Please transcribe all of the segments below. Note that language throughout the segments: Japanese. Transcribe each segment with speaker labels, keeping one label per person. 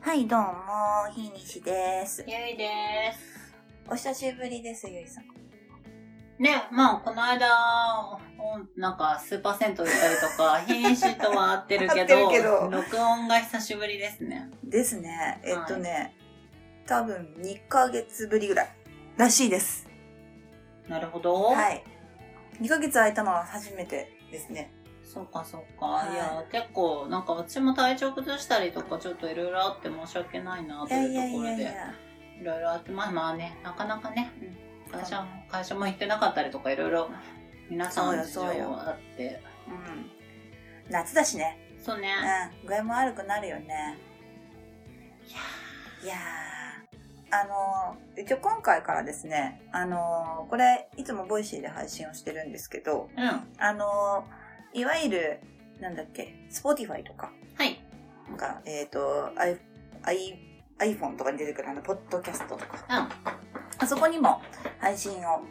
Speaker 1: はい、どうも、ひにしです。
Speaker 2: ゆいです。
Speaker 1: お久しぶりです、ゆいさん。
Speaker 2: ね、まあ、この間、おなんか、スーパー銭湯行ったりとか、編集とは合ってるけ
Speaker 1: 合
Speaker 2: ど、
Speaker 1: ってるけど
Speaker 2: 録音が久しぶりですね。
Speaker 1: ですね、えっとね、多分2ヶ月ぶりぐらいらしいです。
Speaker 2: なるほど。
Speaker 1: はい。2ヶ月空いたのは初めてですね。
Speaker 2: そうか、そうか。
Speaker 1: はい
Speaker 2: い、や、結構、なんか、私も体調崩したりとか、ちょっといろいろあって申し訳ないな、
Speaker 1: い
Speaker 2: と
Speaker 1: や
Speaker 2: い
Speaker 1: いうや
Speaker 2: と
Speaker 1: い
Speaker 2: ころ
Speaker 1: やい
Speaker 2: で。
Speaker 1: や。
Speaker 2: いろいろあって、まあまあね、なかなかね、会社も、会社も行ってなかったりとか、いろいろ、皆さんの事情
Speaker 1: そうよそうよ
Speaker 2: があって。
Speaker 1: うん。夏だしね。
Speaker 2: そうね。
Speaker 1: うん。具合も悪くなるよね。いやー。あのー、一応今回からですね、あのー、これ、いつもボイシーで配信をしてるんですけど、
Speaker 2: うん。は
Speaker 1: あのー、いわゆる、なんだっけ、Spotify とか、
Speaker 2: い。
Speaker 1: なんか、えっ、と、I、I、iPhone とかに出てくるあの、ポッドキャストとか、
Speaker 2: うん。
Speaker 1: あそこにも配信を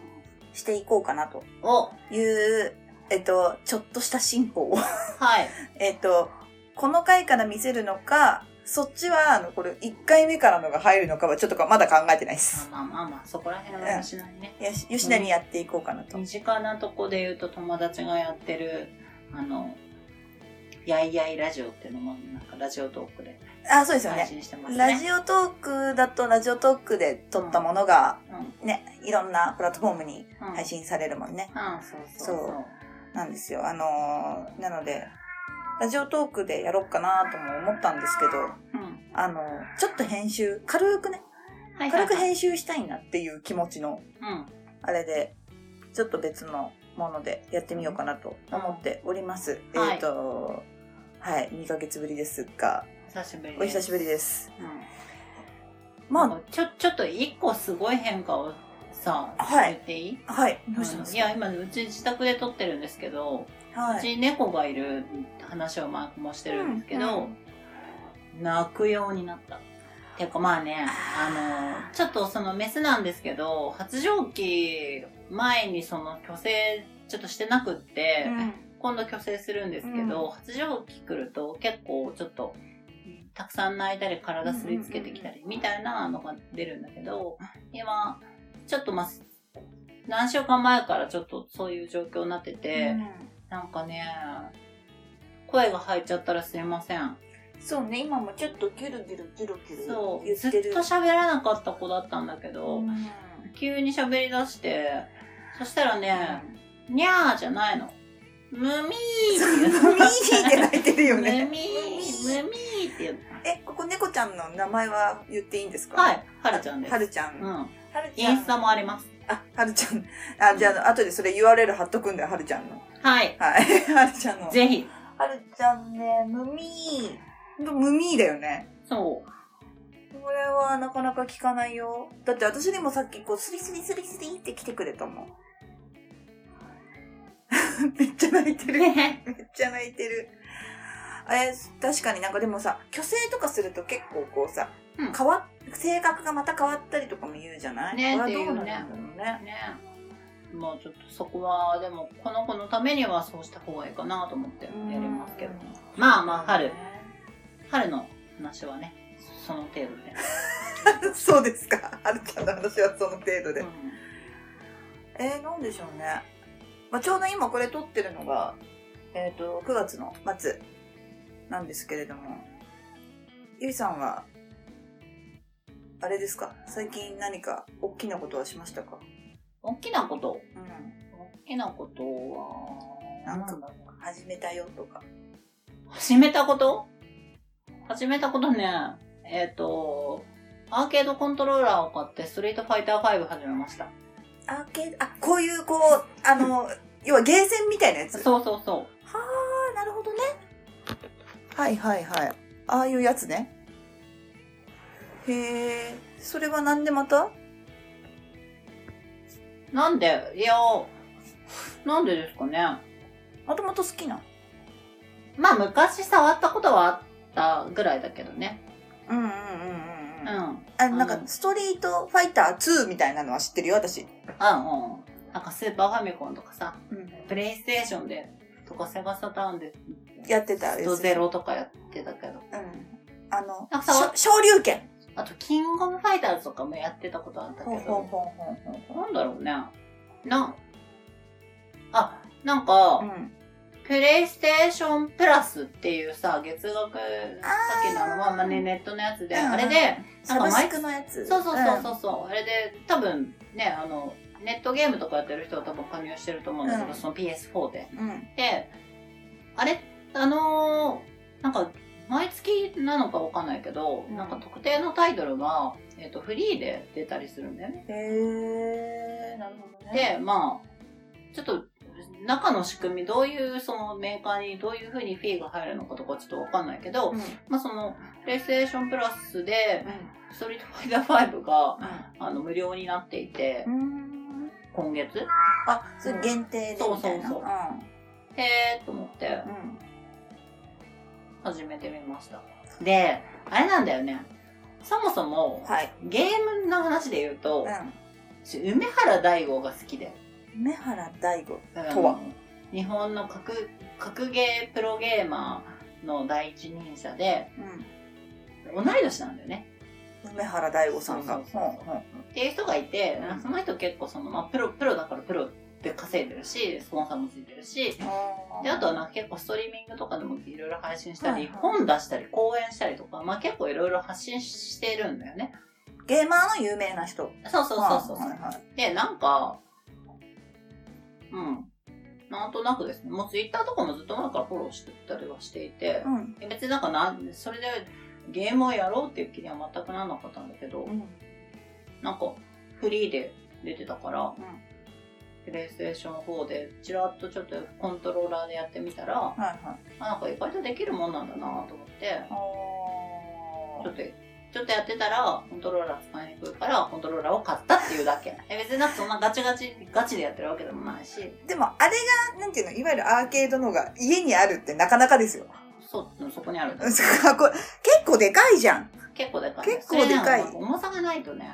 Speaker 1: していこうかなと
Speaker 2: お、
Speaker 1: いう、えっ、と、ちょっとした進歩を、
Speaker 2: はい。
Speaker 1: えっと、この回から見せるのか、そっちは、あの、これ、1回目からのが入るのかは、ちょっとかまだ考えてないです。
Speaker 2: まあまあまあまあ、そこら辺はしないね。
Speaker 1: よし、吉田にやっていこうかなと。
Speaker 2: 身近なとこで言うと友達がやってるあのやいやいラジオっていうのもなんかラジオトークで
Speaker 1: あ、そうですよ
Speaker 2: 配
Speaker 1: ね。
Speaker 2: 信してますね
Speaker 1: ラジオトークだと、ラジオトークで撮ったものが、ね、いろんなプラットフォームに
Speaker 2: うん、うん
Speaker 1: 配信されるもんね。
Speaker 2: うんそうそ
Speaker 1: そ
Speaker 2: うそうう
Speaker 1: なんですよ。あのーなので、ラジオトークでやろうかなとも思ったんですけど、
Speaker 2: うん
Speaker 1: あのーちょっと編集、軽くね、
Speaker 2: はいは
Speaker 1: 軽
Speaker 2: い
Speaker 1: く
Speaker 2: はい
Speaker 1: 編集したいなっていう気持ちの、あれで、ちょっと別のものでやってみようかなと思っております。
Speaker 2: うんはい
Speaker 1: えっ、と、はい、2ヶ月ぶりですが、
Speaker 2: うん、久しぶり
Speaker 1: お久しぶり
Speaker 2: す、
Speaker 1: です。
Speaker 2: うん
Speaker 1: ま
Speaker 2: なんかちょちょっと一個すごい変化をさ、
Speaker 1: はい
Speaker 2: 言っていい
Speaker 1: あ、はい、
Speaker 2: うん
Speaker 1: どうしたんです
Speaker 2: い
Speaker 1: か
Speaker 2: や今うち自宅で撮ってるんですけど、
Speaker 1: は
Speaker 2: うち猫がいる話をマークもしてるんですけど、泣くようになった。てかまあね、あの、ちょっとそのメスなんですけど、発情期前にその虚勢ちょっとしてなくって、今度虚勢するんですけど、発情期来ると結構ちょっと、たくさん泣いたり体すりつけてきたりみたいなのが出るんだけど、今、ちょっとまあ、何週間前からちょっとそういう状況になってて、なんかね、声が入っちゃったらすいません。
Speaker 1: そうね、今もちょっとギュルギュルギュルギュ
Speaker 2: そ
Speaker 1: ル
Speaker 2: う、
Speaker 1: 言
Speaker 2: ず
Speaker 1: っ
Speaker 2: って
Speaker 1: る。
Speaker 2: と喋らなかった子だったんだけど、
Speaker 1: うん
Speaker 2: 急に喋り出して、そしたらね、にゃーじゃないの。むみーって言う
Speaker 1: ミーって泣いてるよ
Speaker 2: むみー
Speaker 1: ね。、
Speaker 2: むみーって言う
Speaker 1: え、ここ猫ちゃんの名前は言っていいんですか
Speaker 2: はい、はるちゃんです。
Speaker 1: はるちゃん。
Speaker 2: う
Speaker 1: は
Speaker 2: ん。
Speaker 1: るちゃ
Speaker 2: イ
Speaker 1: ん。
Speaker 2: ンスタもあります。
Speaker 1: あ、はるちゃん。あ、じゃあ、後でそれ URL 貼っとくんだよ、はるちゃんの。
Speaker 2: はい。
Speaker 1: はい。 はるちゃんの。
Speaker 2: ぜひ。
Speaker 1: はるちゃんね、ムミー。ほんとムミーだよね。
Speaker 2: そ
Speaker 1: これはなかなか聞かないよ。だって私でもさっきこう、スリスリスリスリって来てくれたもん。 めっちゃ泣いて
Speaker 2: う。
Speaker 1: る。
Speaker 2: ね
Speaker 1: めっちゃ泣いてる。えー確かになんかでもさ、虚勢とかすると結構こうさ、
Speaker 2: うん
Speaker 1: 変わっ性格がまた変わったりとかも言うじゃない
Speaker 2: ね
Speaker 1: これはどうなん
Speaker 2: っていうね
Speaker 1: だろうね。
Speaker 2: ねもうちょっとそこは、でも、この子のためにはそうした方がいいかなと思ってやりますけど。まあまあ、春。春の話はね、その程度で。
Speaker 1: うん。 そうですか。春ちゃんの話はその程度で。
Speaker 2: うん
Speaker 1: えー、なんでしょうね。まあ、ちょうど今これ撮ってるのが、えっ、と、9月の末なんですけれども、ゆいさんは、あれですか最近何か大きなことはしましたか
Speaker 2: 大きなこと
Speaker 1: うん。
Speaker 2: 大きなことは、
Speaker 1: なんか
Speaker 2: だろう
Speaker 1: 始めたよとか。
Speaker 2: 始めたこと始めたことね、えっ、と、アーケードコントローラーを買って、ストリートファイター5始めました。
Speaker 1: アーケード、あ、こういうこう、あの、 要はゲーセンみたいなやつ。は
Speaker 2: そうそうそ
Speaker 1: あ、なるほどね。はいはいはい。ああいうやつね。へえ、それはなんでまた
Speaker 2: う。なんでいや、なんでですかね。
Speaker 1: もともと好きな
Speaker 2: まあ、昔触ったことはあったぐらいだけどね。
Speaker 1: うんうんうん
Speaker 2: うん。
Speaker 1: う
Speaker 2: うん
Speaker 1: うん。
Speaker 2: ん、うん、
Speaker 1: あなん
Speaker 2: あ
Speaker 1: か
Speaker 2: の
Speaker 1: ストリートファイター2みたいなのは知ってるよ、私。
Speaker 2: うん。なんかスーパーファミコンとかさ、
Speaker 1: うん。
Speaker 2: プレイステーションで、とかセガサターンで、
Speaker 1: やってたあれ
Speaker 2: ドゼロとかやってたけ
Speaker 1: う
Speaker 2: ど。
Speaker 1: ん。あの
Speaker 2: なんかさ
Speaker 1: しょ昇竜拳
Speaker 2: あと、キングオブファイターズとかもやってたことあったけ
Speaker 1: ほんほん
Speaker 2: ど、
Speaker 1: ほんほんほんほん
Speaker 2: なんだろうね。な、あ、なんか、
Speaker 1: うん
Speaker 2: プレイステーションプラスっていうさ、月額、さっきのあの、まあまあね、ネットのやつで、
Speaker 1: うん
Speaker 2: あれで、
Speaker 1: サブスクのやつ
Speaker 2: そうそうそうそううそう、あれで、多分ね、あの、ネットゲームとかやってる人は多分加入してると思うんだけど、
Speaker 1: うん
Speaker 2: その PS4 で。
Speaker 1: んうん
Speaker 2: で、あれ、あのーなんか、毎月なのかわかんないけど、
Speaker 1: うん
Speaker 2: なんか特定のタイトルが、えっ、と、フリーで出たりするんだよね。
Speaker 1: へえなるほどね
Speaker 2: で、まあ、ちょっと、中の仕組み、どういう、そのメーカーにどういうふうにフィーが入るのかとかちょっとわかんないけど、
Speaker 1: うん
Speaker 2: まあその、プレイステーションプラスで、ストリートファイター5が、あの、無料になっていて
Speaker 1: う、んうん
Speaker 2: 今月
Speaker 1: あそれ限定でみたいな
Speaker 2: そうそうそうへーと思って、
Speaker 1: うんうん
Speaker 2: 始めてみました。で、あれなんだよね。そもそも、
Speaker 1: はい
Speaker 2: ゲームの話で言うと、
Speaker 1: うん
Speaker 2: 私梅原大吾が好きで。
Speaker 1: 梅原大吾
Speaker 2: あの
Speaker 1: とは
Speaker 2: 日本の格格ゲープロゲーマーの第一人者で、
Speaker 1: うん
Speaker 2: 同い年なんだよね。
Speaker 1: 梅原大吾さんが
Speaker 2: そうそうそう
Speaker 1: ほん
Speaker 2: っていう人がいて、
Speaker 1: うん
Speaker 2: その人結構その、まあ、プロ、プロだからプロで稼いでるし、スポンサーもついてるし、
Speaker 1: ほん
Speaker 2: で、あとはなんか結構ストリーミングとかでもいろいろ配信したり、
Speaker 1: はいはい
Speaker 2: 本出したり、講演したりとか、まあ結構いろいろ発信してるんだよね。
Speaker 1: ゲーマーの有名な人
Speaker 2: そうそうそうそう。
Speaker 1: はいはいはい
Speaker 2: で、なんか、うん。なんとなくですね。もうツイッターとかもずっと前からフォローしてたりはしていて
Speaker 1: う、ん
Speaker 2: 別になんかなん、それでゲームをやろうっていう気には全くならなかったんだけど、
Speaker 1: うん
Speaker 2: なんかフリーで出てたから、
Speaker 1: ん
Speaker 2: プレイステーション4でちらっとちょっとコントローラーでやってみたら、
Speaker 1: はいはい
Speaker 2: あ、なんか意外とできるもんなんだなと思って、
Speaker 1: あ
Speaker 2: ちょっと、ちょっとやってたら、コントローラー使いにくいから、コントローラーを買ったっていうだけ。え別になんかそんなガチガチ、ガチでやってるわけでもないし、
Speaker 1: ーでもあれがなんていうのいわゆるアーケードのが家にあるってなかなかですよ
Speaker 2: そう、そこにあるんだ
Speaker 1: そこはこれ結構でかいじゃん
Speaker 2: 結構でかい。
Speaker 1: 結構でかい
Speaker 2: それねなん重さがないとね。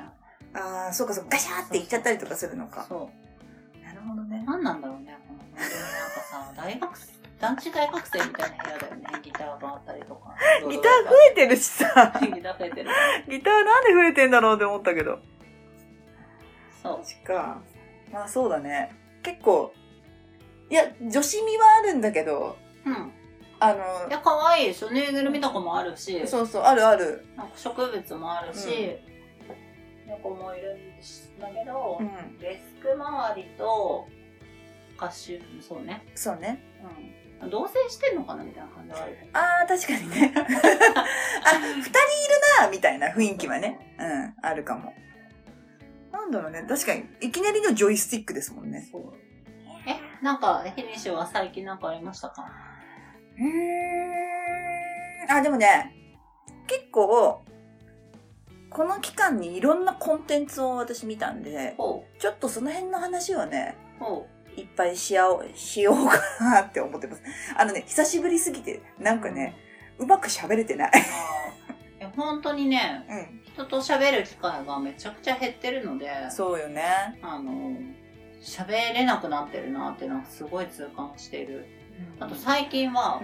Speaker 1: ああそうかそうかガシャーっていっちゃったりとかするのか
Speaker 2: そ
Speaker 1: なるほど
Speaker 2: う。
Speaker 1: ね
Speaker 2: なんなんだろうね、この、本当になんかさ、大学生、団地大学生みたいな部屋だよね。ギターがあったりとか。
Speaker 1: ギター増えてるしさ
Speaker 2: えギター増えてる。
Speaker 1: ギターなんで増えてんだろうって思ったけど
Speaker 2: そう。
Speaker 1: 確かまあそうだね結構いや女子味はあるんだけど
Speaker 2: うん。
Speaker 1: あ
Speaker 2: い
Speaker 1: の
Speaker 2: や、可愛いでしょ。ぬいぐるみとかもあるし、
Speaker 1: そうそうあるある
Speaker 2: なんか植物もあるし、猫もいるんだけど、
Speaker 1: うん
Speaker 2: デスク周りと歌手そうね、
Speaker 1: そうね
Speaker 2: うん、同棲してんのかなみたいな感じはあるけ
Speaker 1: あー確かに ねあ二人いるなーみたいな雰囲気はねうんあるかもなんだろうね確かにいきなりのジョイスティックですもん
Speaker 2: ど
Speaker 1: ね
Speaker 2: そうえなんかヘニシは最近なんかありましたか
Speaker 1: うーんあでもね結構この期間にいろんなコンテンツを私見たんで
Speaker 2: ほ
Speaker 1: ちょっとその辺の話はね
Speaker 2: うほ
Speaker 1: いっぱいしようしようかなって思ってますあのね久しぶりすぎて
Speaker 2: う
Speaker 1: なんかね、うまく喋れてない
Speaker 2: あーえ本当にね
Speaker 1: うん
Speaker 2: 人と喋る機会がめちゃくちゃ減ってるので
Speaker 1: そうよね
Speaker 2: あの喋れなくなってるなっていうのはすごい痛感しているあと最近は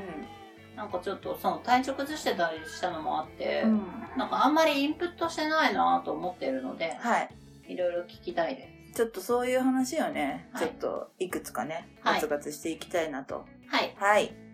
Speaker 2: なんかちょっとその体調崩してたりしたのもあって、
Speaker 1: うん、うん、
Speaker 2: なんかあんまりインプットしてないなと思ってるので、
Speaker 1: はい
Speaker 2: いろいろ聞きたいです。
Speaker 1: ちょっとそういう話をね、
Speaker 2: はい
Speaker 1: ちょっといくつかね
Speaker 2: はい
Speaker 1: ガツガツしていきたいなと
Speaker 2: はい。
Speaker 1: はい